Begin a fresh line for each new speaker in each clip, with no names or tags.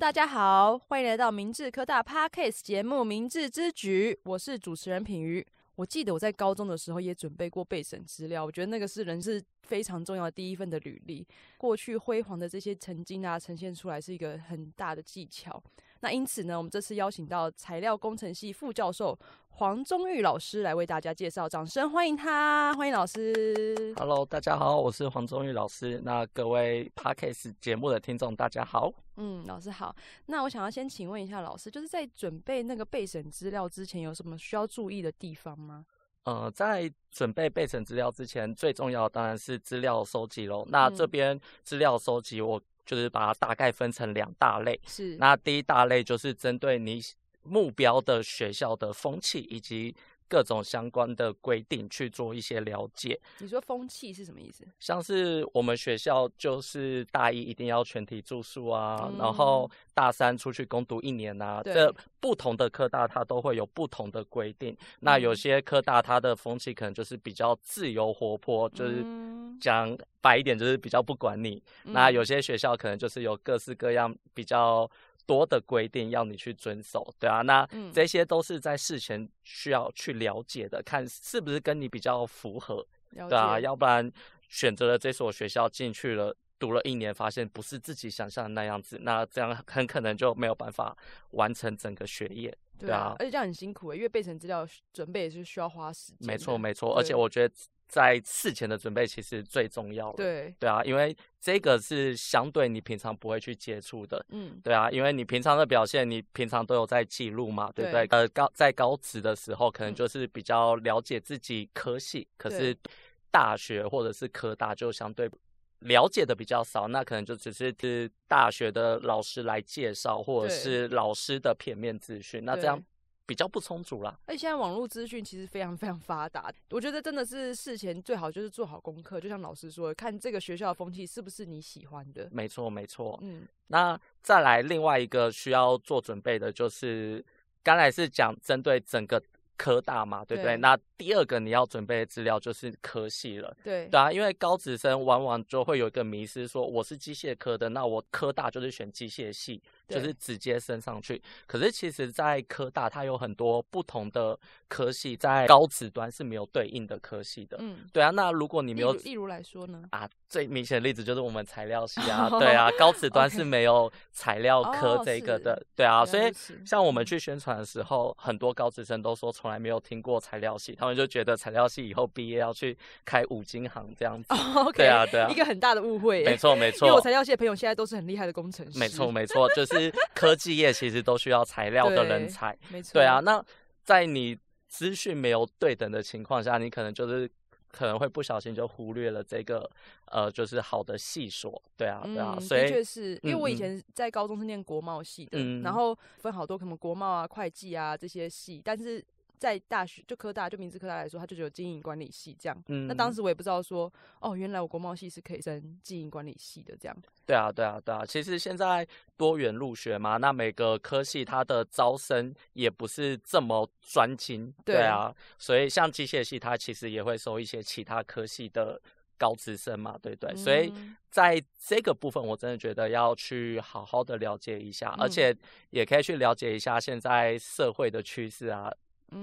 大家好，欢迎来到明治科大 Podcast 节目《明治之举》，我是主持人品瑜。我记得我在高中的时候也准备过备审资料，我觉得那个是人是非常重要的第一份的履历。过去辉煌的这些曾经啊，呈现出来是一个很大的技巧。那因此呢，我们这次邀请到材料工程系副教授黄宗玉老师来为大家介绍，掌声欢迎他，欢迎老师。
Hello，大家好，我是黄宗玉老师。那各位 Podcast 节目的听众，大家好。
嗯，老师好。那我想要先请问一下老师，就是在准备那个备审资料之前，有什么需要注意的地方吗？
呃，在准备备审资料之前，最重要的当然是资料收集喽。那这
嗯
边资料收集，我就是把它大概分成两大类。
是，
那第一大类就是针对你目标的学校的风气以及各种相关的规定去做一些了解。
你说风气是什么意思？
像是我们学校就是大一一定要全体住宿啊，
嗯
然后大三出去攻读一年啊，
对
这不同的科大它都会有不同的规定。那有
嗯
些科大它的风气可能就是比较自由活泼，就是
嗯
讲白一点就是比较不管你。那有些学校可能就是有各式各样比较多的规定要你去遵守，对啊，那
嗯
这些都是在事前需要去了解的，看是不是跟你比较符合。
了
对啊，
解
要不然选择了这所学校进去了，读了一年，发现不是自己想象的那样子，那这样很可能就没有办法完成整个学业。
对
对
啊
啊，
而且这样很辛苦欸，因为备审资料准备也是需要花时间的。
没错，没错，而且我觉得在事前的准备其实最重要了。，
对，
啊，因为这个是相对你平常不会去接触的。
嗯，
对啊，因为你平常的表现，你平常都有在记录嘛，对不对？呃，高在高职的时候，可能
嗯
就是比较了解自己科系，可是
对
大学或者是科大就相对了解的比较少，那可能就只是是大学的老师来介绍，或者
对
是老师的片面资讯，那这
对
样比较不充足啦。
而且现在网络资讯其实非常非常发达，我觉得真的是事前最好就是做好功课，就像老师说的，看这个学校的风气是不是你喜欢的。
没错，没错。
嗯，
那再来另外一个需要做准备的，就是刚才是讲针对整个科大嘛，对不对？
对
那第二个你要准备的资料就是科系了，
对，
对啊，因为高职生往往就会有一个迷失，说我是机械科的，那我科大就是选机械系，就
对
是直接升上去。可是其实，在科大它有很多不同的科系，在高职端是没有对应的科系的。
嗯，
对啊，那如果你
例
没有
如例如来说呢，
啊，最明显的例子就是我们材料系啊，对啊，高职
哦
端
OK
是没有材料
哦
科这个的，
是嗯
对啊，
原来
所以
如此
像我们去宣传的时候，很多高职生都说从来没有听过材料系，他们就觉得材料系以后毕业要去开五金行这样子，
哦 OK，
对啊对啊
一个很大的误会耶，欸
没错没
因为我
错。
材料系的朋友现在都是很厉害的工程师，
没错，没错，就是科技业其实都需要材料的
对
人才，
没错，
对啊，，那在你资讯没有对等的情况下，你可能就是可能会不小心就忽略了这个呃，就是好的细说，对啊，对啊，
嗯，
所
的确
以
是因为
嗯
我以
嗯
前在高中是念国贸系的，
嗯
然后分好多什么国贸啊、会计啊这些系，但是在大学就科大就明治科大来说，它就只有经营管理系这样。
嗯，
那当时我也不知道说，哦，原来我国贸系是可以升经营管理系的这样。
对啊，对啊，对啊，其实现在多元入学嘛，那每个科系它的招生也不是这么专精，对
对
啊，所以像机械系它其实也会收一些其他科系的高职生嘛，对不对？所以
嗯
在这个部分，我真的觉得要去好好的了解一下，而
嗯
且也可以去了解一下现在社会的趋势啊，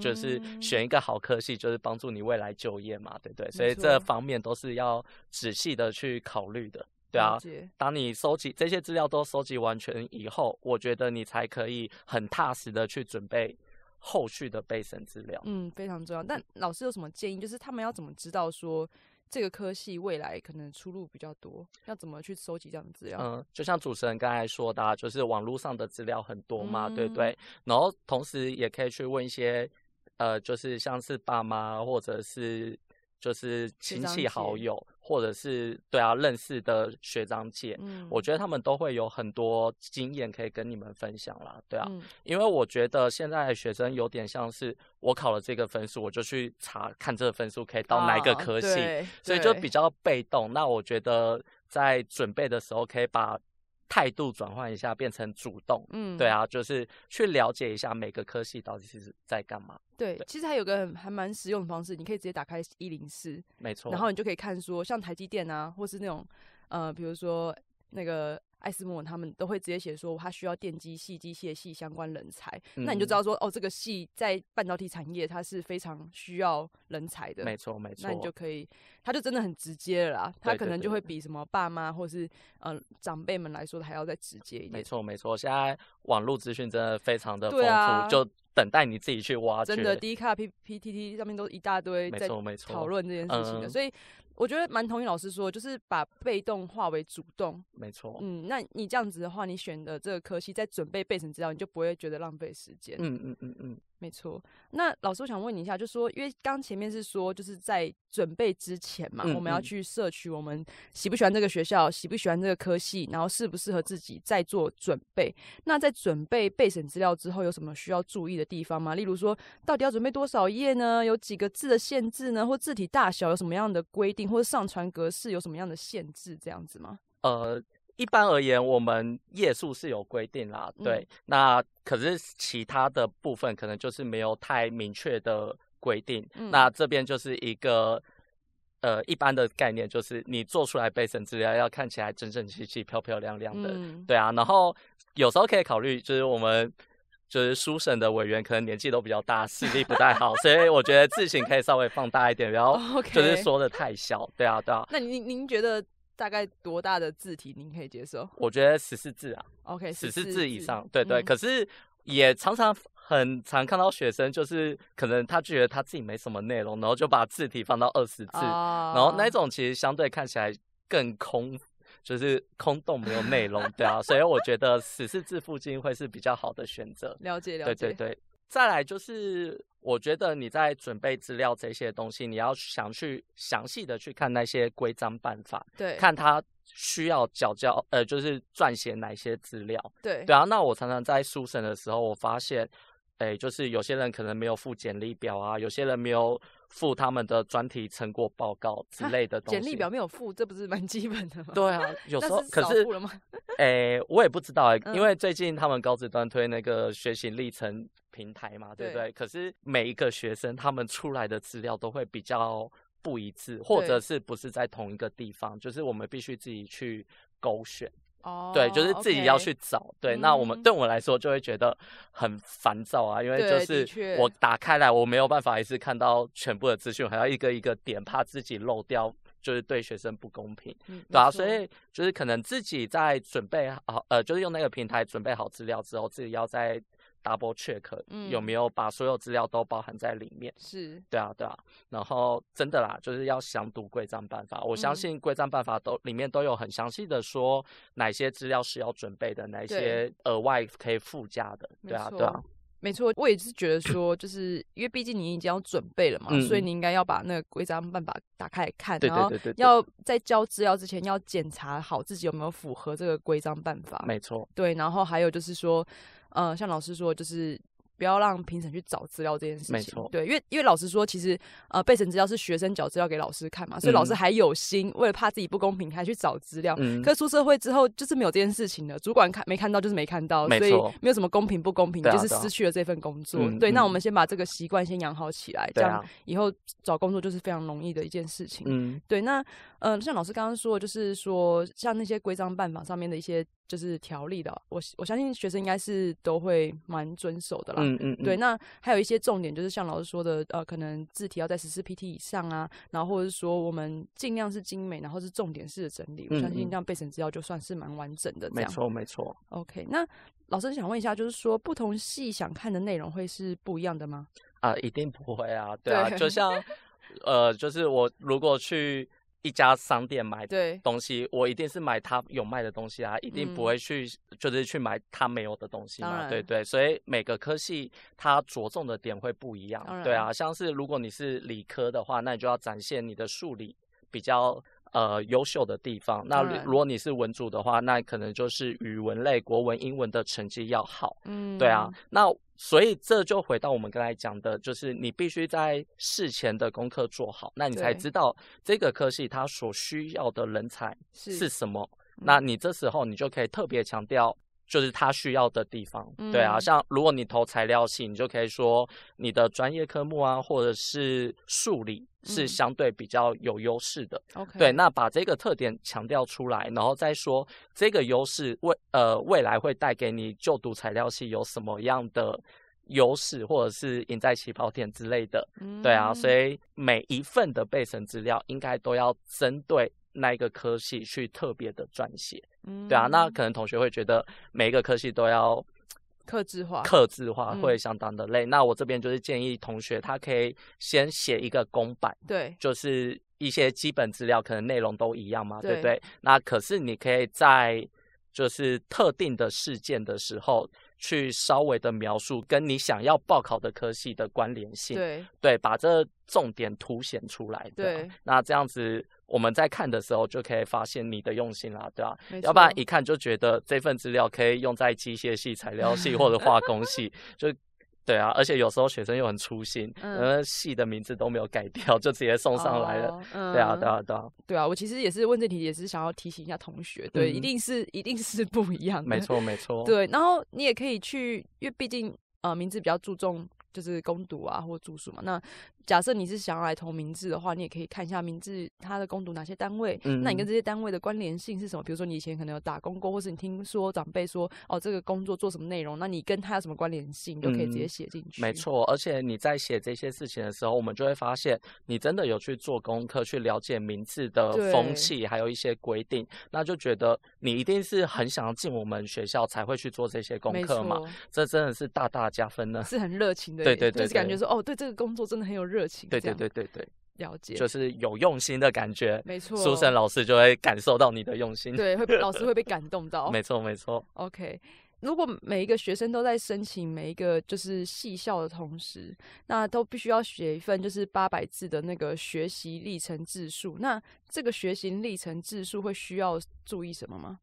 就是
嗯
选一个好科系，就是帮助你未来就业嘛，对不对？所
没
以
错
这方面都是要仔细的去考虑的，对啊
了。解
当你收集这些资料都收集完全以后，我觉得你才可以很踏实的去准备后续的备审资料。
嗯，非常重要。但老师有什么建议？就是他们要怎么知道说这个科系未来可能出路比较多？要怎么去收集这样的资料？
嗯，就像主持人刚才说的、啊，就是网络上的资料很多嘛，对不
嗯
对？然后同时也可以去问一些，呃，就是像是爸妈或者是就是亲
长
戚好
姐
友，或者是对啊认识的学长姐，
嗯
我觉得他们都会有很多经验可以跟你们分享啦，对啊。
嗯
因为我觉得现在的学生有点像是我考了这个分数，我就去查看这个分数可以到哪一个
啊
科系，
对
所以就
对
比较被动。那我觉得在准备的时候，可以把态度转换一下，变成主动。
嗯
对啊，就是去了解一下每个科系到底是在干嘛。
对，其实还有个很还蛮实用的方式，你可以直接打开一零四，
没错，
然后你就可以看说，像台积电啊，或是那种呃，比如说那个艾斯莫文他们都会直接写说他需要电机系、机械系相关人才，
嗯
那你就知道说哦，这个系在半导体产业它是非常需要人才的。
没错没错，
那你就可以，他就真的很直接了啦。他
对
可
对
能
对
就会
对
比什么爸妈或是呃长辈们来说的还要再直接一
没
点。
错没错，现在网络资讯真的非常的丰
对
富，
啊
就等待你自己去挖掘。
真的，D 卡 P P T T 上面都一大堆
没
在
错没错，
讨论这件事情的，
嗯
所以我觉得蛮同意老师说的，就是把被动化为主动。
没错。
嗯，那你这样子的话，你选的这个科系在准备备审资料，你就不会觉得浪费时间。
嗯嗯嗯嗯，
没错。那老师，我想问你一下，就说因为刚前面是说就是在准备之前嘛，
嗯
我们要
嗯
去摄取我们喜不喜欢这个学校，喜不喜欢这个科系，然后适不适合自己，再做准备。那在准备备审资料之后，有什么需要注意的地方吗？例如说，到底要准备多少页呢？有几个字的限制呢？或字体大小有什么样的规定，或者上传格式有什么样的限制，这样子吗？
呃，一般而言，我们页数是有规定啦，
嗯
对。那可是其他的部分可能就是没有太明确的规定。
嗯
那这边就是一个。呃，一般的概念就是你做出来备审资料要看起来整整齐齐、漂漂亮亮的，
嗯，
对啊，然后有时候可以考虑，就是我们就是书审的委员可能年纪都比较大，视力不太好，所以我觉得字形可以稍微放大一点，不 要
哦 OK
就是说的太小。对啊，对啊，
那您您觉得大概多大的字体您可以接受
我觉得十四字啊，
？OK，
十
四
四字以上，对对。
嗯
可是也常常很常看到学生，就是可能他觉得他自己没什么内容，然后就把字体放到二十字，
啊
然后那一种其实相对看起来更空。就是空洞没有内容，对啊，所以我觉得十四字附近会是比较好的选择。
了解了
对
解，
对对，再来就是，我觉得你在准备资料这些东西，你要想去详细的去看那些规章办法，
对
看它需要缴交，呃，就是撰写哪些资料。
对
对啊，那我常常在书审的时候，我发现，哎，就是有些人可能没有附简历表啊，有些人没有附他们的专题成果报告之
啊
类的东西。
简历表没有附，这不是蛮基本的吗？
对啊，有时
那
候
是
可
少
是
付了吗？
诶、我也 不知道诶、
嗯
因为最近他们高职端推那个学习历程平台嘛，对不
对
对？可是每一个学生他们出来的资料都会比较不一致，或
对
者是不是在同一个地方，就是我们必须自己去勾选，
哦，
对，就是自己要
OK
去找。对，那我们、
嗯
对我来说就会觉得很烦躁啊，因为
对的
就是
确
我打开来，我没有办法一次看到全部的资讯，还要一个一个点，怕自己漏掉，就是对学生不公平。
嗯
对啊，
没
所
错
以就是可能自己在准备好，呃，就是用那个平台准备好资料之后，自己要再 double check、有
嗯
没有把所有资料都包含在里面。
是
对啊，对啊。然后真的啦，就是要详读规章办法。我
嗯
相信规章办法都里面都有很详细的说哪些资料是要准备的，哪些额外可以附加的。
没
对啊，
错
对啊，
没错，我也是觉得说，就是因为毕竟你已经要准备了嘛，
嗯
所以
嗯
你应该要把那个规章办法打开来看，
对
然
对
后
对对对，
要在交资料之前要检查好自己有没有符合这个规章办法。
没错，
对，然后还有就是说，呃，像老师说，就是不要让评审去找资料这件事情。
没错
对，因为因为老师说，其实呃，备审资料是学生缴资料给老师看嘛，所以老师
嗯
还有心，为了怕自己不公平，还去找资料。
嗯，
可出社会之后，就是没有这件事情了。主管看没看到，就是没看到，
没
所以
错
没有什么公平不公平，
对啊
就是
对啊
失去了这份工作。
嗯
对，那
嗯
我们先把这个习惯先养好起来，这
对
样
啊，
以后找工作就是非常容易的一件事情。
嗯，
对，那呃，像老师刚刚说，就是说像那些规章办法上面的一些就是条例的，我我相信学生应该是都会蛮遵守的啦。
嗯嗯，
对，
嗯，
那还有一些重点，就是像老师说的，呃，可能字体要在十四 PT 以上啊，然后或者是说我们尽量是精美，然后是重点式的整理。我相信
嗯嗯
这样备审资料就算是蛮完整的这
没
样。
错没错。
OK，那老师想问一下，就是说不同系想看的内容会是不一样的吗？
啊，一定不会啊，对啊，
对
就像呃，就是我如果去一家商店买
对，
东西，我一定是买他有卖的东西啊，一定
嗯
不会去、就是去买他没有的东西
当
嘛，对
然
对，所以每个科系它着重的点会不一样
当，
对
然
啊，像是如果你是理科的话，那你就要展现你的数理比较。呃，优秀的地方。那
当
如
然
如果你是文组的话，那可能就是语文类、国文、英文的成绩要好。
嗯，
对啊，，那所以这就回到我们刚才讲的，就是你必须在事前的功课做好，那你才
对
知道这个科系它所需要的人才
是
是什么。那
嗯
你这时候你就可以特别强调就是他需要的地方。
嗯
对啊，像如果你投材料系，你就可以说你的专业科目啊，或者是数理
嗯
是相对比较有优势的。
OK，
对，那把这个特点强调出来，然后再说这个优势未呃未来会带给你就读材料系有什么样的优势，或者是赢在起跑点之类的。
嗯
对啊，所
以
以每一份的备审资料应该都要针对那一个科系去特别的撰写。对啊，
嗯
那可能同学会觉得每一个科系都要
克制化，
刻字化
嗯
会相当的累。那我这边就是建议同学他可以先写一个公版。
对，
就是一些基本资料，可能内容都一样嘛，对不
对
对？那可是你可以在就是特定的事件的时候，去稍微的描述跟你想要报考的科系的关联性，
对，
对把这重点凸显出来，对啊
对
那这样子我们在看的时候就可以发现你的用心啦，对吧、啊
没
要不然
错
一看就觉得这份资料可以用在机械系、材料 系或者化工系，就对啊。而且有时候学生又很粗心，
嗯
呃，系的名字都没有改掉，就直接送上来了。
哦嗯
对啊，对啊，对啊，
对啊，我其实也是问这题，也是想要提醒一下同学，对，一
嗯
定是一定是不一样的，
没错，没错。
对，然后你也可以去，因为毕竟呃名字比较注重就是攻读啊或住宿嘛。那假设你是想要来投名字的话，你也可以看一下名字它的攻读哪些单位，那你跟
嗯
这些单位的关联性是什么？比如说你以前可能有打工过，或是你听说长辈说哦这个工作做什么内容，那你跟他有什么关联性，你就可以直接
嗯
写进去。
没，错，而且你在写这些事情的时候，我们就会发现，你真的有去做功课，去了解名字的
对
风气，还有一些规定，那就觉得你一定是很想要进我们学校才会去做这些功
没
课嘛，
错，
这真的是大大加分呢。
是很热情的耶，
对对对
就是感觉
对
说哦对这个工作真的很有热情，
对
这
对
样
对对对，
了解，
就是有用心的感觉，
没错，
书生老师就会感受到你的用心。
对会被老师会被感动到，
没错没错，
OK，如果每一个学生都在申请每一个就是系校的同时，那都必须要写一份就是八百字的那个学习历程自述。那这个学习历程自述会需要注意什么吗？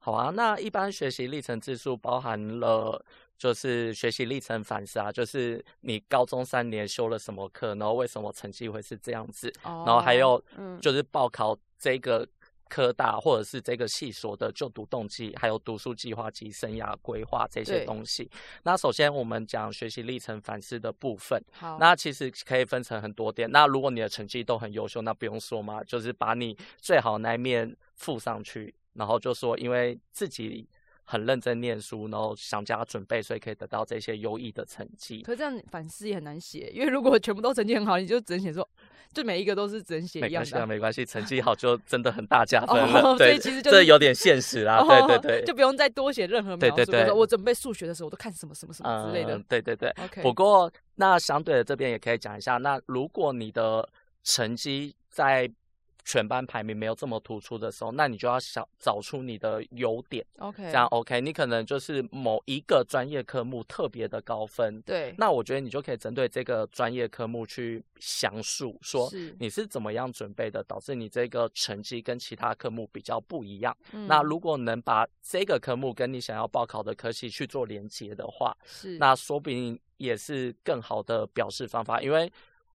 好啊。那一般学习历程字数包含了。就是学习历程反思啊，就是你高中三年修了什么课，然后为什么成绩会是这样子，
哦
然后还有
嗯，
就是报考这个科大或者是这个系所的就读动机，还有读书计划及生涯规划这
对
些东西。那首先我们讲学习历程反思的部分，
好，
那其实可以分成很多点。那如果你的成绩都很优秀，那不用说嘛，就是把你最好那一面附上去，然后就说因为自己很认真念书，然后想加准备，所以可以得到这些优异的成绩。
可是这样反思也很难写，因为如果全部都成绩很好，你就只能写说，就每一个都是只能写
没
一样
关系啊，
的。
没关系，成绩好就真的很大加分了。
哦所以
对，
其实就
这
是
有点现实啦。啊对
哦
对对，
就不用再多写任何描
对
述。比
对
如说
对
我准备数学的时候，我都看什么什么什么之类的。
嗯对对对。
OK，
不过，那相对的这边也可以讲一下，那如果你的成绩在全班排名没有这么突出的时候，那你就要想找出你的优点，
OK，
这样 OK。你可能就是某一个专业科目特别的高分，
对，
那我觉得你就可以针对这个专业科目去详述说。
是
你是怎么样准备的，导致你这个成绩跟其他科目比较不一样？那
嗯
如果能把这个科目跟你想要报考的科系去做连接的话，
是
那说不定也是更好的表示方法，因为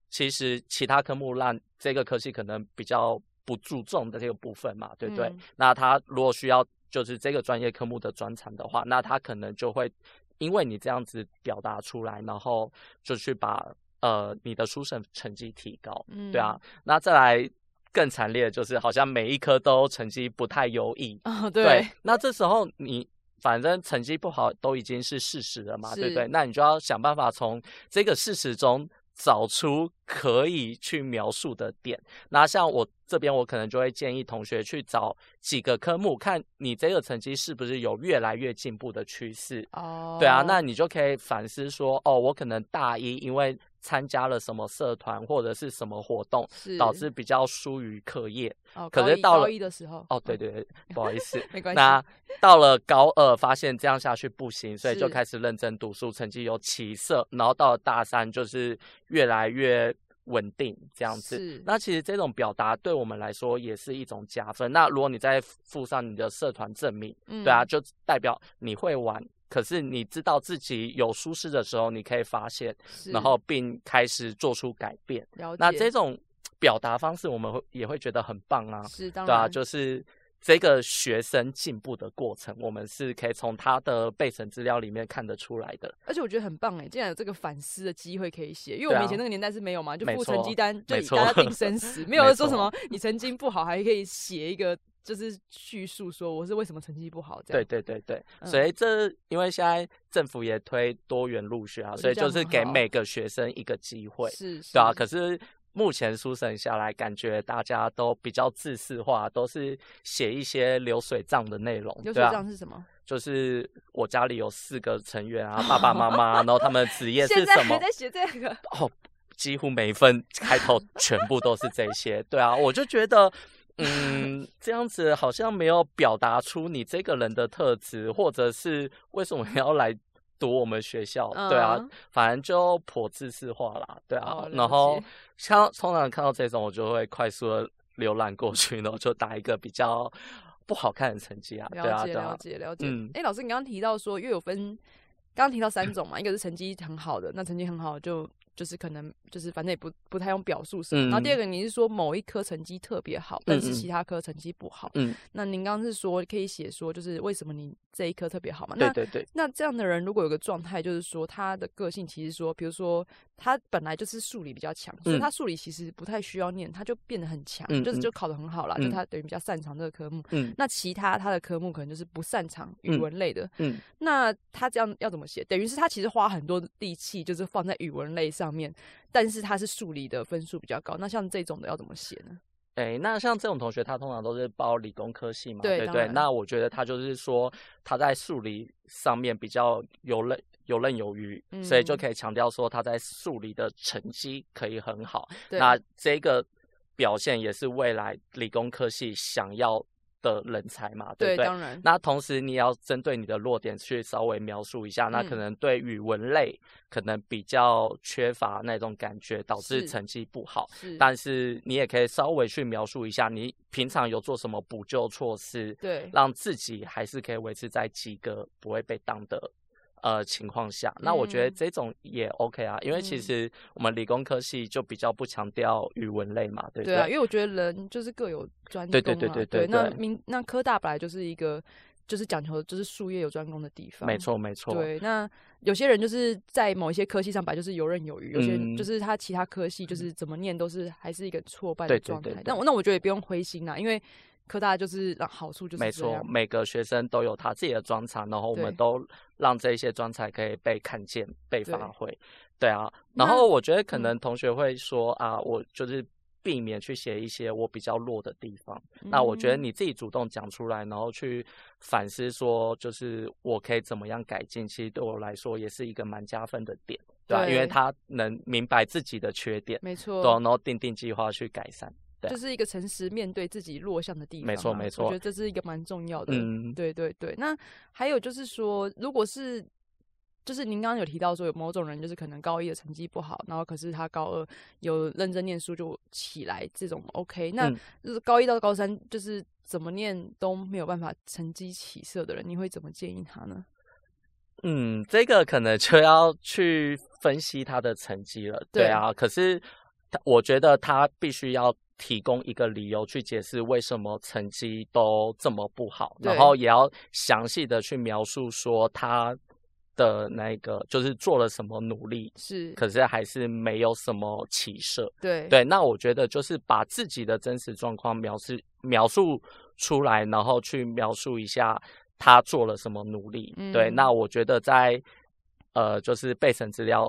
其实其他科目让这个科系可能比较不注重的这个部分嘛，对不对？
嗯
那他如果需要就是这个专业科目的专长的话，那他可能就会因为你这样子表达出来，然后就去把呃你的书审成绩提高，
嗯
对啊，，那再来。更惨烈的就是，好像每一科都成绩不太优异，
啊、
对
对，，
那这时候你反正成绩不好都已经是事实了嘛，对
是
不对？那你就要想办法从这个事实中找出可以去描述的点。那像我这边，我可能就会建议同学去找几个科目，看你这个成绩是不是有越来越进步的趋势。
哦，
对啊，那你就可以反思说，哦，我可能大一因为参加了什么社团或者是什么活动，
是
导致比较疏于课业。
哦
可
高
是
一
到
高
了
一的时候，嗯
哦，对对对，不好意思，
没关系
那到了高二，发现这样下去不行，所以就是开始认真读书，成绩有起色。然后到了大三，就是越来越稳定这
这
样子。
是
那其实这种表达对我们来说也是一种加分。那如果你再附上你的社团证明，对啊，
嗯
就代表你会玩。可是你知道自己有舒适的时候，你可以发现，
嗯是
然后并开始做出改变。
了解，
那这种表达方式，我们会也会觉得很棒啊。
是当
对
然
啊，就是这个学生进步的过程，我们是可以从他的备审资料里面看得出来的。
而且我觉得很棒哎，竟然有这个反思的机会可以写，因为我们以前那个年代是没有嘛，就
啊没
附
错
成绩单就
没
以
错
大家定生死，没有
没
说什
错
么你成绩不好还可以写一个就是叙述说我是为什么成绩不好这
对
样。
对对对，
嗯
所以这因为现在政府也推多元入学啊，
觉
所以
哦得这样
就是
很
给
好
每个学生一个机会，
是是
对啊。可是目前书审下来，感觉大家都比较自私化，都是写一些流水账的内容，
流
对
水
啊
账是什么？
就是我家里有四个成员啊，爸爸妈妈， 然后他们的职业是
现在
什
还
么？
在写这个，
哦，几乎每一份开头全部都是这些。对啊， 我就觉得，嗯，这样子好像没有表达出你这个人的特质，或者是为什么要来读我们学校？对啊
嗯，
反正就颇自私化啦。对啊，
哦了
然后
解
像通常看到这种，我就会快速的浏览过去，然后就打一个比较不好看的成绩啊。 对
了
啊，
解
对
了
啊，
解了解。
嗯
哎，老师，你刚刚提到说，因为有分，刚刚提到三种嘛，一个是成绩很好的，那成绩很好就就是可能就是反正也不不太用表述什么。然后第
嗯
二个你是说某一科成绩特别好，但
嗯
是
嗯
其他科成绩不好。
嗯，
那您刚刚是说可以写说就是为什么你这一科特别好嘛？
对
那
对对。
那这样的人，如果有个状态，就是说他的个性其实说，比如说他本来就是数理比较强，所以
嗯
他数理其实不太需要念，他就变得很强，
嗯
就是
嗯
就考得很好啦，就
嗯
他等于比较擅长这个科目。
嗯
那其他他的科目可能就是不擅长语
嗯
文类的，
嗯，
那他这样要怎么写？等于是他其实花很多力气，就是放在语文类上面，但是他是数理的分数比较高。那像这种的要怎么写呢？
哎，那像这种同学，他通常都是报理工科系嘛，
对
对
当然
那我觉得他就是说他在数理上面比较游刃游刃有余，所以就
嗯
可以强调说他在数理的成绩可以很好。
对，
那这个表现也是未来理工科系想要的人才嘛，
对，
不对？
当然，
那同时，你也要针对你的弱点去稍微描述一下。那可
嗯
能对语文类可能比较缺乏那种感觉，导致
是
成绩不好。
是
但是你也可以稍微去描述一下，你平常有做什么补救措施，
对，
让自己还是可以维持在及格，不会被当的呃情况下。那我觉得
嗯
这种也 OK 啊，因为其
嗯
实我们理工科系就比较不强调语文类嘛，对不
对啊，因为我觉得人就是各有专攻啊。
对对对对对
那
对
民那科大本来就是一个就是讲求就是术业有专攻的地方。
没。错，没错。
对，那有些人就是在某一些科系上本来就是游刃有余，有些人
嗯
就是他其他科系就是怎么念都是还是一个挫败的
对对
状态
对。对
那我那我觉得也不用灰心啦，因为科大就是让好处就是
没
这
错
样，
每个学生都有他自己的专长，然后我
对
们都让这些专才可以被看见、被
对
发挥。对啊，
那
然后我觉得可
嗯
能同学会说啊，我就是避免去写一些我比较弱的地方。那我觉得
嗯
你自己主动讲出来，然后去反思说，就是我可以怎么样改进，其实对我来说也是一个蛮加分的点，对啊因为
对
他能明白自己的缺点，
没
对
错，
啊，然后定定计划去改善。对啊
就是一个诚实面对自己弱项的地方啊。
没错没错
我觉得这是一个蛮重要的。
嗯
对对对。那还有就是说，如果是就是您刚刚有提到说，有某种人就是可能高一的成绩不好，然后可是他高二有认真念书就起来，这种 OK。那
嗯
就是高一到高三就是怎么念都没有办法成绩起色的人，你会怎么建议他呢？
嗯，这个可能就要去分析他的成绩了。对
对
啊，可是他我觉得他必须要提供一个理由去解释为什么成绩都这么不好，然
对
后也要详细的去描述说他的那个就是做了什么努力，
是，
可是还是没有什么起色。
对
对，那我觉得就是把自己的真实状况描述描述出来，然后去描述一下他做了什么努力。对，
嗯
那我觉得在呃，就是备审资料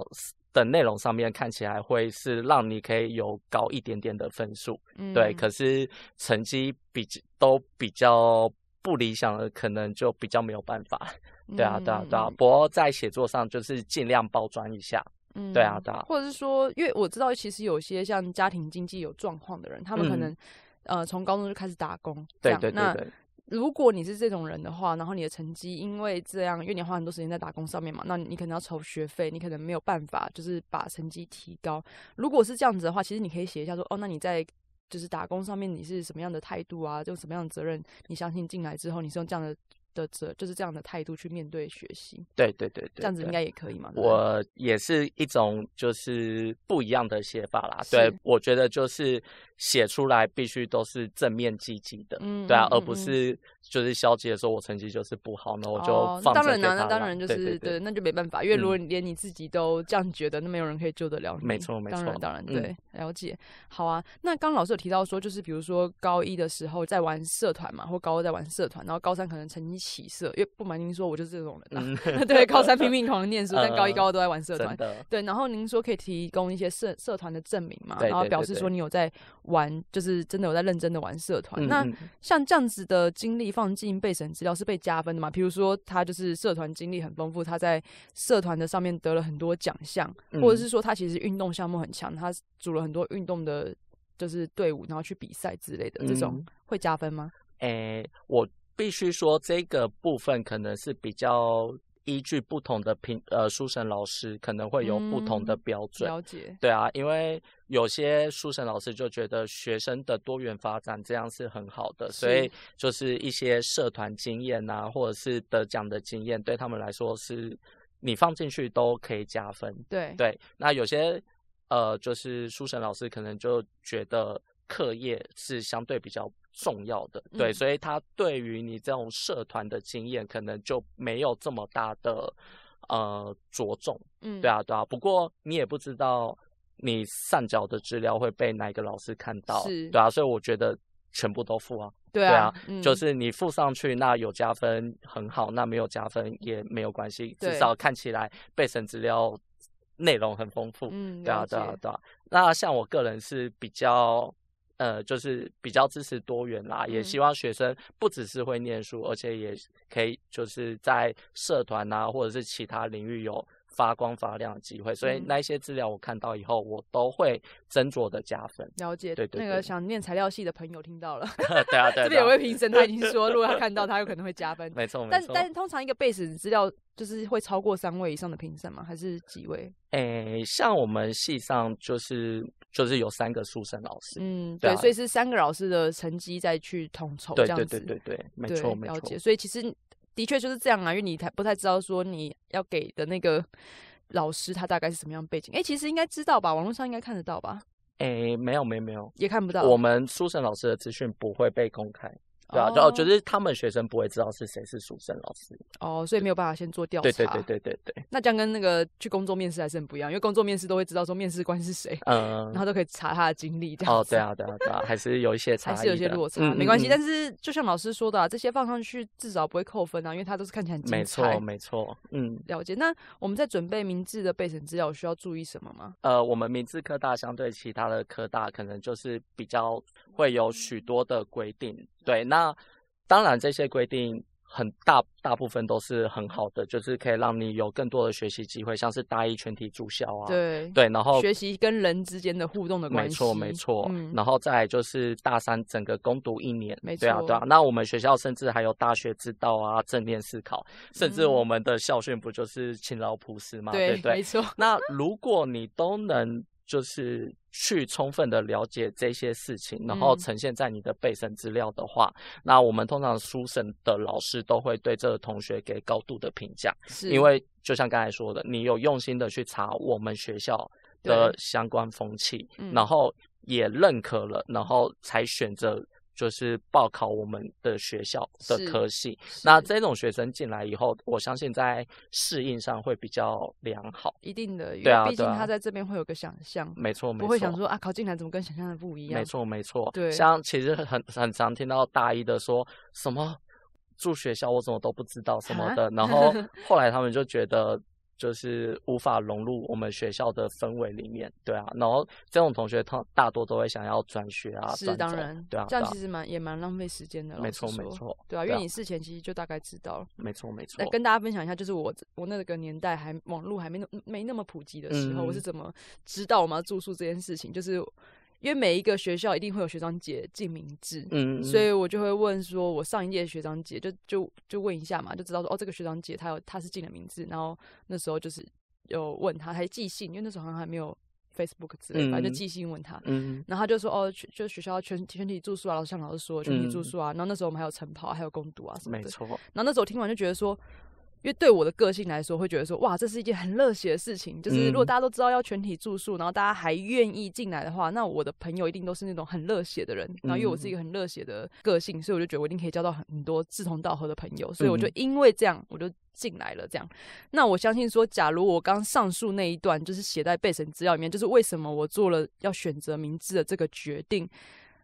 的内容上面看起来会是让你可以有高一点点的分数，对，
嗯
可是成绩比较都比较。不理想的可能就比较没有办法，对啊，对啊，对啊。
嗯
不过在写作上就是尽量包装一下，
嗯
对啊对啊
或者是说，因为我知道，其实有些像家庭经济有状况的人，他们可
嗯
能、呃从高中就开始打工，这
对
样
对对
那
对，
如果你是这种人的话，然后你的成绩因为这样，因为你花很多时间在打工上面嘛，那你可能要筹学费，你可能没有办法就是把成绩提高。如果是这样子的话，其实你可以写一下说，哦，那你在。就是打工上面你是什么样的态度啊？就什么样的责任？你相信进来之后你是用这样的的责，就是这样的态度去面对学习，
对对对对，
这样子应
对
该也可以嘛？对不对
我也是一种就是不一样的写法啦。
是
对，我觉得就是写出来必须都是正面积极的，
嗯
对啊
嗯，
而
嗯
不
嗯
是就是消极的说我成绩就是不好，那我就
哦那
放着
当然
给
啦，
他
那当
啦
然就
对
是
对对
那就没办法，因为如
嗯
果你连你自己都这样觉得，那没有人可以救得了你。
没错没
当然
错
当然
嗯
对，了解。好啊，那刚老师有提到说，就是比如说高一的时候在玩社团嘛，或高二在玩社团，然后高三可能成绩起色，因为不瞒您说，我就是这种人、啊。 对，高三 拼命狂地念书，但高一
嗯
高二都在玩社团
真。的。
对，然后您说可以提供一些社社团的证明嘛，
对
然后
对
表
对
示
对
说你有在玩，就是真的有在认真的玩社团。
嗯
那
嗯
像这样子的经历放进备审资料是被加分的嘛？比如说他就是社团经历很丰富，他在社团的上面得了很多奖项，
嗯
或者是说他其实运动项目很强，他组了很多运动的，就是队伍，然后去比赛之类的，这种
嗯
会加分吗？
诶、我必须说这个部分可能是比较依据不同的评呃书审老师可能会有不同的
嗯
标准。
了解，
对啊，因为有些书审老师就觉得学生的多元发展这样是很好的，所
是
以就是一些社团经验啊，或者是得奖的经验，对他们来说是你放进去都可以加分。
对，
对，那有些呃，就是书审老师可能就觉得课业是相对比较重要的，对，
嗯
所以他对于你这种社团的经验，可能就没有这么大的呃着重。
嗯，
对，啊，对啊。不过你也不知道你上缴的资料会被哪一个老师看到，
是
对啊，所以我觉得全部都付啊，
对
对啊
啊，嗯
就是你付上去，那有加分很好，那没有加分也没有关系，
对
至少看起来备审资料内容很丰富，
嗯，
对啊，
了
对啊
解，
对啊。那像我个人是比较。呃，就是比较支持多元啦，也
嗯
希望学生不只是会念书，而且也可以就是在社团啊，或者是其他领域有发光发亮的机会。所以
嗯
那一些资料我看到以后，我都会斟酌的加分。
了解，
对对
那个
对
想念材料系的朋友听到了，
对啊，对啊
这
对
边有
啊
位，评审他已 经说，如果他看到他有可能会加分，
没错没
但
错。
但通常一个备审资料就是会超过三位以上的评审吗？还是几位？
诶，像我们系上就是就是有三个书生老师，
嗯，
对
对，
啊
所以是三个老师的成绩再去统筹
对
这样
对
子。
对对对，没
对
错没
了
错
解。。所以其实的确就是这样啊，因为你才不太知道说你要给的那个老师他大概是什么样背景。哎、其实应该知道吧，网络上应该看得到吧，
诶，没有没有没有，
也看不到。
我们书生老师的资讯不会被公开。对啊，就哦，就是他们学生不会知道是谁是书生老师。
哦，啊所以没有办法先做调查。
对对对。对对对，
那这样跟那个去工作面试还是很不一样，因为工作面试都会知道说面试官是谁，
嗯
然，后都可以查他的经历这样
哦，
子
对啊对啊对啊，还是有一些差
还
异的，
是有些落差，
嗯
没关系。但
是
是就像老师说的、啊，这些放上去至少不会扣分啊，因为它都是看起来很精彩。
没错没错，嗯。
了解。那我们在准备明智的备审资料需要注意什么吗？
呃，我们明治科大相对其他的科大，可能就是比较会有许多的规定。对，那当然这些规定很大大部分都是很好的，就是可以让你有更多的学习机会，像是大一全体住校啊，
对，
对，然后
学习跟人之间的互动的关
没
系。
错，没错。
嗯，
然后再来就是大三整个攻读一年，
没
对啊，
错
对啊。那我们学校甚至还有大学之道啊、正念思考，甚至
嗯
我们的校训不就是勤劳朴实嘛，
对
对不对
没。错，
那如果你都能就是去充分的了解这些事情，然后
嗯
呈现在你的备审资料的话，那我们通常书审的老师都会对这个同学给高度的评价。
是
因为就像刚才说的，你有用心的去查我们学校的相关风气，
嗯
然后也认可了，然后才选择就是报考我们的学校的
是
科系。那
是
这种学生进来以后，我相信在适应上会比较良好。
一定的，因
对
为
啊
毕竟
对啊
他在这边会有个想象，
没错，没错，
不会想说啊，考进来怎么跟想象的不一样？
没，错，没错。
对
像其实很很常听到大一的说什么住学校我怎么都不知道什么
啊
的，然 后后来他们就觉得就是无法融入我们学校的氛围里面，对啊。然后这种同学他大多都会想要转学啊，
是
转
当
走
然，
对啊，
这样
对啊
其实蛮也蛮浪费时间的。老
没
实
错，没
说，
错，
对啊，因
对
为
啊
你事前其实就大概知道了。
没错，没错
来。跟大家分享一下，就是我我那个年代还网络还没那没那么普及的时候，
嗯
我是怎么知道我们要住宿这件事情？就是因为每一个学校一定会有学长姐进名制。
嗯，
所以我就会问说，我上一届的学长姐就就就问一下嘛，就知道说哦，这个学长姐她有她是进了名字，然后那时候就是有问她，还寄信，因为那时候好像还没有 Facebook 之类的，反正就
嗯
寄信问他。
嗯，
然后他就说哦，去就学校全全体住宿啊，老师像老师说全体住
嗯
宿啊。然后那时候我们还有晨跑，还有攻读啊什么
没
的。
错，
然后那时候我听完就觉得说，因为对我的个性来说，会觉得说哇，这是一件很热血的事情。就是如果
嗯
大家都知道要全体住宿，然后大家还愿意进来的话，那我的朋友一定都是那种很热血的人。然后因为我
嗯
是一个很热血的个性，所以我就觉得我一定可以交到很很多志同道合的朋友。所以我就
嗯
因为这样，我就。进来了，这样，那我相信说，假如我刚上述那一段就是写在备审资料里面，就是为什么我做了要选择明智的这个决定，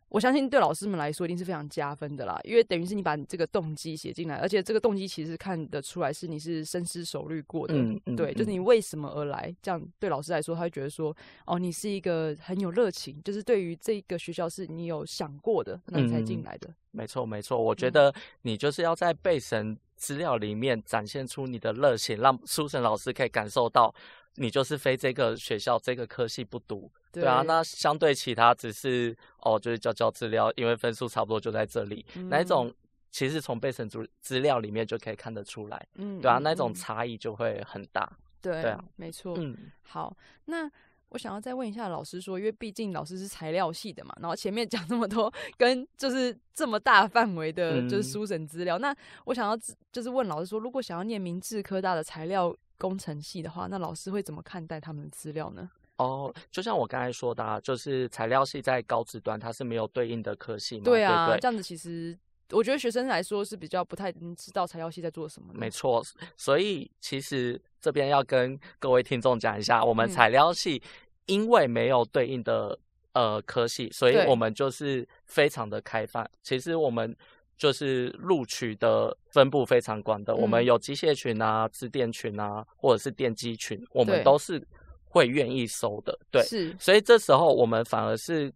我相信对老师们来说一定是非常加分的啦，因为等于是你把你这个动机写进来，而且这个动机其实看得出来是你是深思熟虑过的，
嗯嗯，
对，就是
嗯
你为什么而来，这样对老师来说，他会觉得说，哦，你是一个很有热情，就是对于这个学校是你有想过的，那你才进
嗯
来的，
没错没错，我觉
嗯
得你就是要在备审资料里面展现出你的热情，让苏神老师可以感受到。你就是非这个学校这个科系不读，对啊，那相对其他只是哦，就是交交资料，因为分数差不多就在这里，那一
嗯
种其实从备审资资料里面就可以看得出来，
嗯
对啊，
嗯
那一种
嗯
差异就会很大，
对
对啊
没错，
嗯
好，那我想要再问一下老师说，因为毕竟老师是材料系的嘛，然后前面讲这么多跟就是这么大范围的，就是
嗯
书审资料，那我想要知就是问老师说，如果想要念明治科大的材料工程系的话，那老师会怎么看待他们的资料呢？
哦，就像我刚才说的、啊，就是材料系在高职端它是没有对应的科系嘛，对
啊，
不对
这样子其实我觉得学生来说是比较不太能知道材料系在做什么的。
没错，所以其实这边要跟各位听众讲一下，我们
嗯
材料系因为没有对应的呃科系，所以
对
我们就是非常的开放。其实我们就是录取的分布非常广的，我
嗯
们有机械群啊、自电群啊，或者是电机群，我们
对
都是会愿意收的。对，
是，
所以这时候我们反而是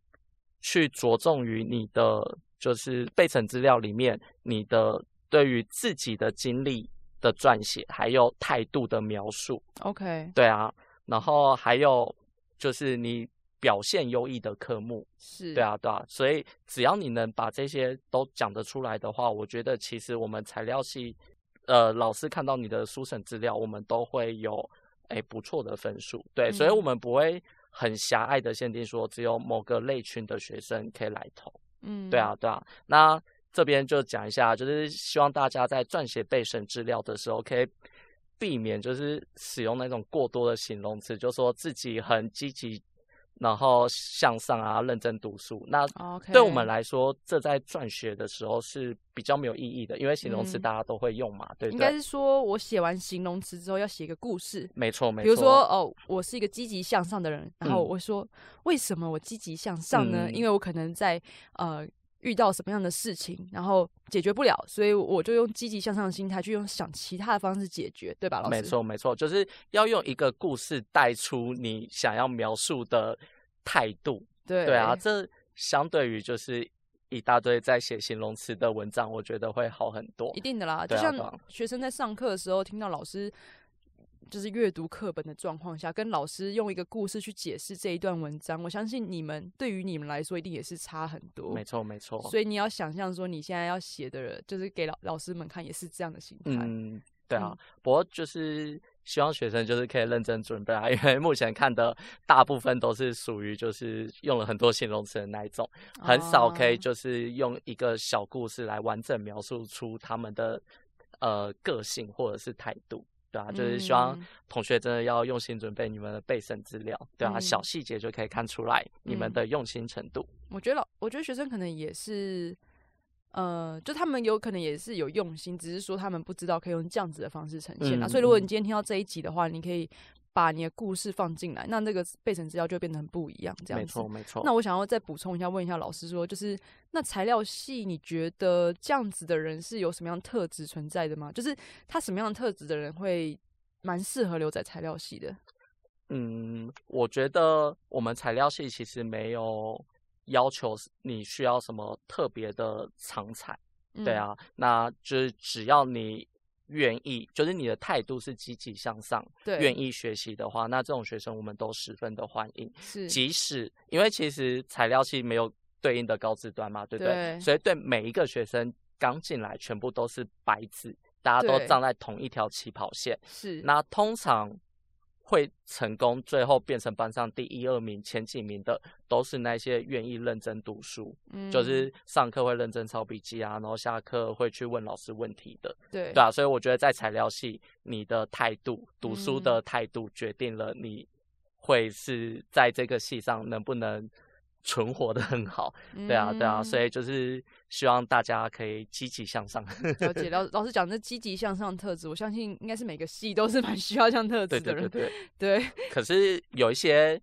去着重于你的就是备审资料里面你的对于自己的经历的撰写，还有态度的描述，
OK，
对啊，然后还有就是你表现优异的科目，
是，
对，啊，对啊，所以只要你能把这些都讲得出来的话，我觉得其实我们材料系呃老师看到你的书审资料，我们都会有哎不错的分数，对，所以我
嗯
们不会很狭隘的限定说只有某个类群的学生可以来投，
嗯，
对啊，，对啊，那这边就讲一下，就是希望大家在撰写备审资料的时候，可以避免就是使用那种过多的形容词，就说自己很积极，然后向上啊，认真读书。那
OK，
对我们来说，这在撰写的时候是比较没有意义的，因为形容词
嗯
大家都会用嘛，对
应
不
该
对？
是说我写完形容词之后要写一个故事，
没错，没错。
比如说，哦，我是一个积极向上的人，然后
嗯
我说、为什么我积极向上呢？
嗯
因为我可能在呃遇到什么样的事情，然后解决不了，所以我就用积极向上的心态去用想其他的方式解决，对吧，哦老师？
没，错，没错，就是要用一个故事带出你想要描述的态度，
对
对啊，这相对于就是一大堆在写形容词的文章，我觉得会好很多
一。定的啦，就
对啊
像
对啊
学生在上课的时候听到老师。就是阅读课本的状况下，跟老师用一个故事去解释这一段文章，我相信你们对于你们来说一定也是差很多。
没错，没错。
所以你要想象说，你现在要写的人，就是给老老师们看，也是这样的心态。
嗯，对啊
嗯。
不过就是希望学生就是可以认真准备啊，因为目前看的大部分都是属于就是用了很多形容词的那一种，很少可以
哦
就是用一个小故事来完整描述出他们的呃个性或者是态度。对啊，就是希望
嗯
同学真的要用心准备你们的备审资料，对啊，
嗯
小细节就可以看出来你们
嗯
的用心程度。
我觉得老，我觉得学生可能也是，呃，就他们有可能也是有用心，只是说他们不知道可以用这样子的方式呈现啊。
嗯
所以如果你
嗯
今天听到这一集的话，你可以把你的故事放进来，那那个备审资料就变得很不一样，这样
没
子。
错，没错。
那我想要再补充一下，问一下老师说，就是那材料系，你觉得这样子的人是有什么样的特质存在的吗？就是他什么样的特质的人会蛮适合留在材料系的？
嗯，我觉得我们材料系其实没有要求是你需要什么特别的长才，
嗯
对，啊，那就是只要你愿意，就是你的态度是积极向上，
对，
愿意学习的话，那这种学生我们都十分的欢迎。
是
即使因为其实材料系没有对应的高职端嘛，对不对？
对
所以对每一个学生刚进来，全部都是白纸，大家都
对
站在同一条起跑线。
是
那通常会成功，最后变成班上第一二名、前几名的，都是那些愿意认真读书，
嗯
就是上课会认真抄笔记啊，然后下课会去问老师问题的。
对
对啊，所以我觉得在材料系，你的态度、读书
嗯
的态度，决定了你会是在这个系上能不能存活的很好。对啊，对啊，所
以
以就是希望大家可以积极向上。
了解老老师讲这积极向上的特质，我相信应该是每个系都是蛮需要这样特质
对
的
对对
人。
对。
对
可是有一些，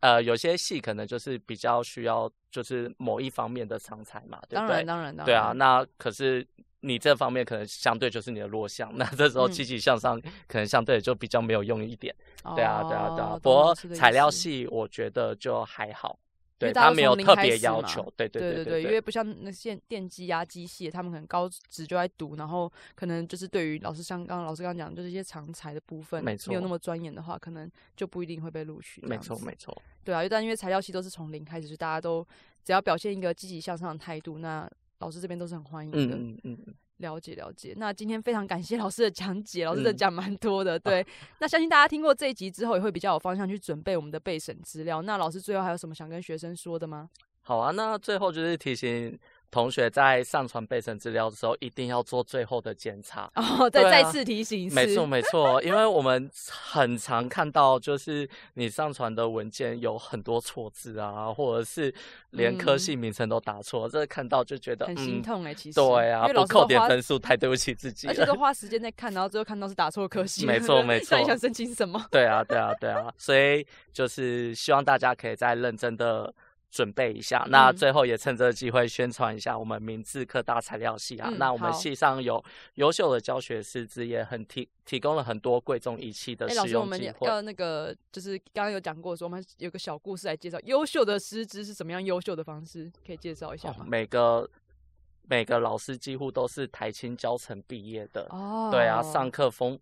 呃，有些系可能就是比较需要，就是某一方面的常才嘛，对
当
不
然
对？
当然当然。
对啊，那可是你这方面可能相对就是你的弱项，那这时候
嗯
积极向上可能相对就比较没有用一点。对啊，对啊，对啊
哦。
不
懂老
过
师的意
材料
思
系我觉得就还好，
因为
对
大家
他
都
没
从
有
零
特
开
别
始
要
嘛
求，对对
对
对
对，因为不像那些电机啊、机械，他们可能高职就在读，然后可能就是对于老师像刚刚老师刚刚讲，就是一些常才的部分，
没
有
错
那么钻研的话，可能就不一定会被录取。
没错没
错，
错，
对啊，但因为材料系都是从零开始，就大家都只要表现一个积极向上的态度，那老师这边都是很欢迎的。
嗯嗯嗯，
了解了解，那今天非常感谢老师的讲解，老师的
嗯
讲蛮多的，对。 那相信大家听过这一集之后，也会比较有方向去准备我们的备审资料。那老师最后还有什么想跟学生说的吗？
好啊。那最后就是提醒同学在上传备审资料的时候，一定要做最后的检查。
哦，再、
对啊
再次提醒一次，
没错，没错，因为我们很常看到，就是你上传的文件有很多错字啊，或者是连科
嗯
系名称都打错，这看到就觉得
很
嗯
心痛哎、其实
对
因
啊，
为
不
老师
扣
都
点
花，
分数太对不起自己
而且
了
都。花时间在看，然后最后看到是打错科系，
没错没
那你想
错
申请什么？
对啊，对啊，对啊，所以就是希望大家可以再认真的准备一下。那
嗯
最后也趁这个机会宣传一下我们明治科大材料系啊，
嗯
那我们
好
系上有优秀的教学师资，也很提提供了很多贵重仪器的
哎、老
使
师，我
用
们
机
也
会。
要那个，就是刚刚有讲过说，我们有个小故事来介绍优秀的师资是怎么样优秀的方式，可以介绍一下
哦
吗？
每个每个老师几乎都是台青教程毕业的，
哦，
对啊，上课丰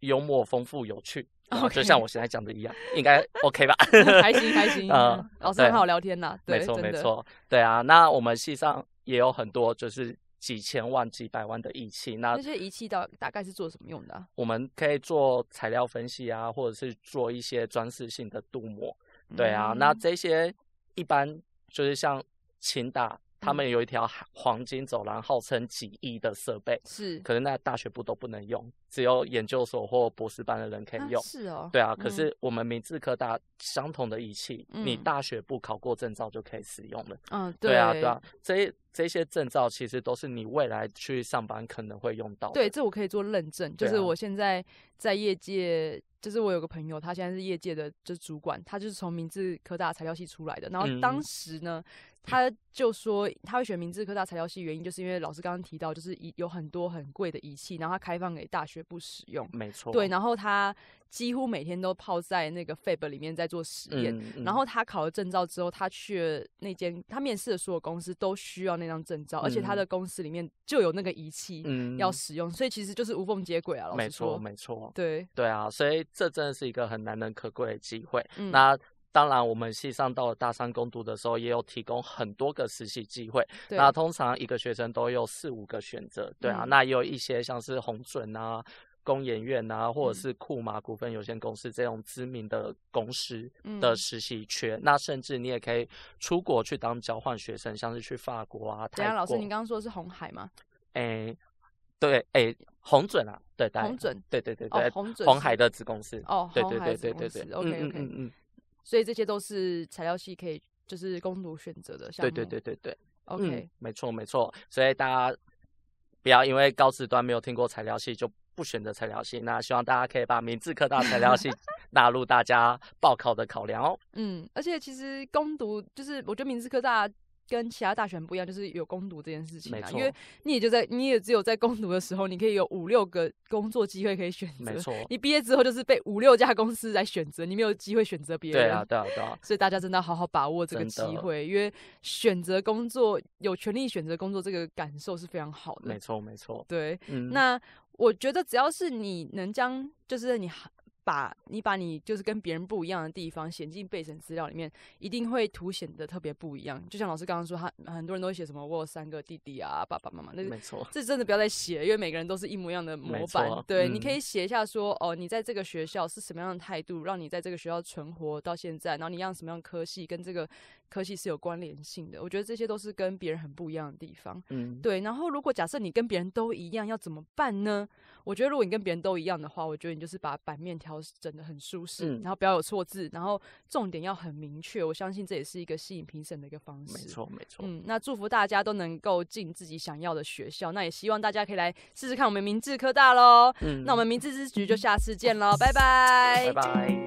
幽默、丰富、有 趣。然后
OK 嗯
就像我现在讲的一样，应该 OK 吧？
开心开 心
啊
嗯老师
对
很好聊天呐，对，
没错
真
没
的，
错，对啊。那我们系上也有很多就是几千万、几百万的仪器，那
那些仪器到大概是做什么用的啊？
我们可以做材料分析啊，或者是做一些装饰性的镀膜，对啊。那
嗯
这些一般就是像清大，
嗯
他们有一条黄金走廊，号称几亿的设备，
是
可是那大学部都不能用，只有研究所或博士班的人可以
啊
用。
是哦，
对啊，可
嗯
是我们明治科大相同的仪器，你
嗯
大学部考过证照就可以使用了。
嗯，
对啊，对啊，这这些证照其实都是你未来去上班可能会用到的。
对，这我可以做认证，就
对
是
啊
我现在在业界，就是我有个朋友，他现在是业界的就是主管，他就是从明治科大材料系出来的。然后
嗯
当时呢，他就说他会选明治科大材料系，原因就是因为老师刚刚提到，就是仪有很多很贵的仪器，然后他开放给大学部使用。
没错。
对，然后他几乎每天都泡在那个 Fab 里面在做实验。
嗯，嗯
然后他考了证照之后，他去了那间他面试的所有公司都需要那张证照，而且他
嗯
的公司里面就有那个仪器，
嗯
要使用，所以其实就是无缝接轨啊。老
没
实
错
说，
没错，
对，
对啊，所以这真的是一个很难能可贵的机会。
嗯，
那当然，我们系上到了大三攻读的时候，也有提供很多个实习机会。
对
那通常一个学生都有四五个选择，对啊，
嗯
那也有一些像是红准啊、工研院啊，或
嗯
者是库马股份有限公司这种知名的公司
嗯
的实习缺。那甚至你也可以出国去当交换学生，像是去法国啊、
等一
泰
下
国。
老师，你刚刚说的是红海吗？
诶、对，诶、红准啊，对，当然
红准
对对对
哦
对，
红准
红
是
海的子公司。
哦，
对
红
对
海
对
子
对
公
对
司
对
，OK
嗯嗯
OK，
嗯嗯，
所以这些都是材料系可以就是攻读选择的项
对
目，
对对对对。嗯
，OK，，
没错没错，所以大家不要因为高职端没有听过材料系就不选择材料系。那希望大家可以把明治科大材 料系纳入大家报考的考量哦。
嗯，而且其实攻读就是我觉得明治科大。跟其他大学很不一样，就是有攻读这件事情
没
啊，因
错
为你也就在，你也只有在攻读的时候，你可以有五六个工作机会可以选择。
没错，
你毕业之后就是被五六家公司来选择，你没有机会选择别人。
对啊对啊对啊，
所以大家真的要好好把握这个机
真的
会，因为选择工作有权利选择工作，这个感受是非常好的
没。错没错。
对，
嗯，
那我觉得只要是你能将，就是你把你把你就是跟别人不一样的地方写进备审资料里面，一定会凸显的特别不一样。就像老师刚刚说，他很多人都会写什么我有三个弟弟啊，爸爸妈妈，那
没错，
这真的不要再写了，因为每个人都是一模一样的模
没
板
错。
对，你
嗯
可以写一下说，哦，你在这个学校是什么样的态度，让你在这个学校存活到现在，然后你让什么样的科系跟这个科系是有关联性的。我觉得这些都是跟别人很不一样的地方。
嗯，
对，然后如果假设你跟别人都一样，要怎么办呢？我觉得如果你跟别人都一样的话，我觉得你就是把版面调整的很舒适，
嗯
然后不要有错字，然后重点要很明确。我相信这也是一个吸引评审的一个方式。
没错，没错。
嗯，那祝福大家都能够进自己想要的学校，那也希望大家可以来试试看我们明治科大喽。
嗯
那我们明治之局就下次见喽，拜拜，
拜拜。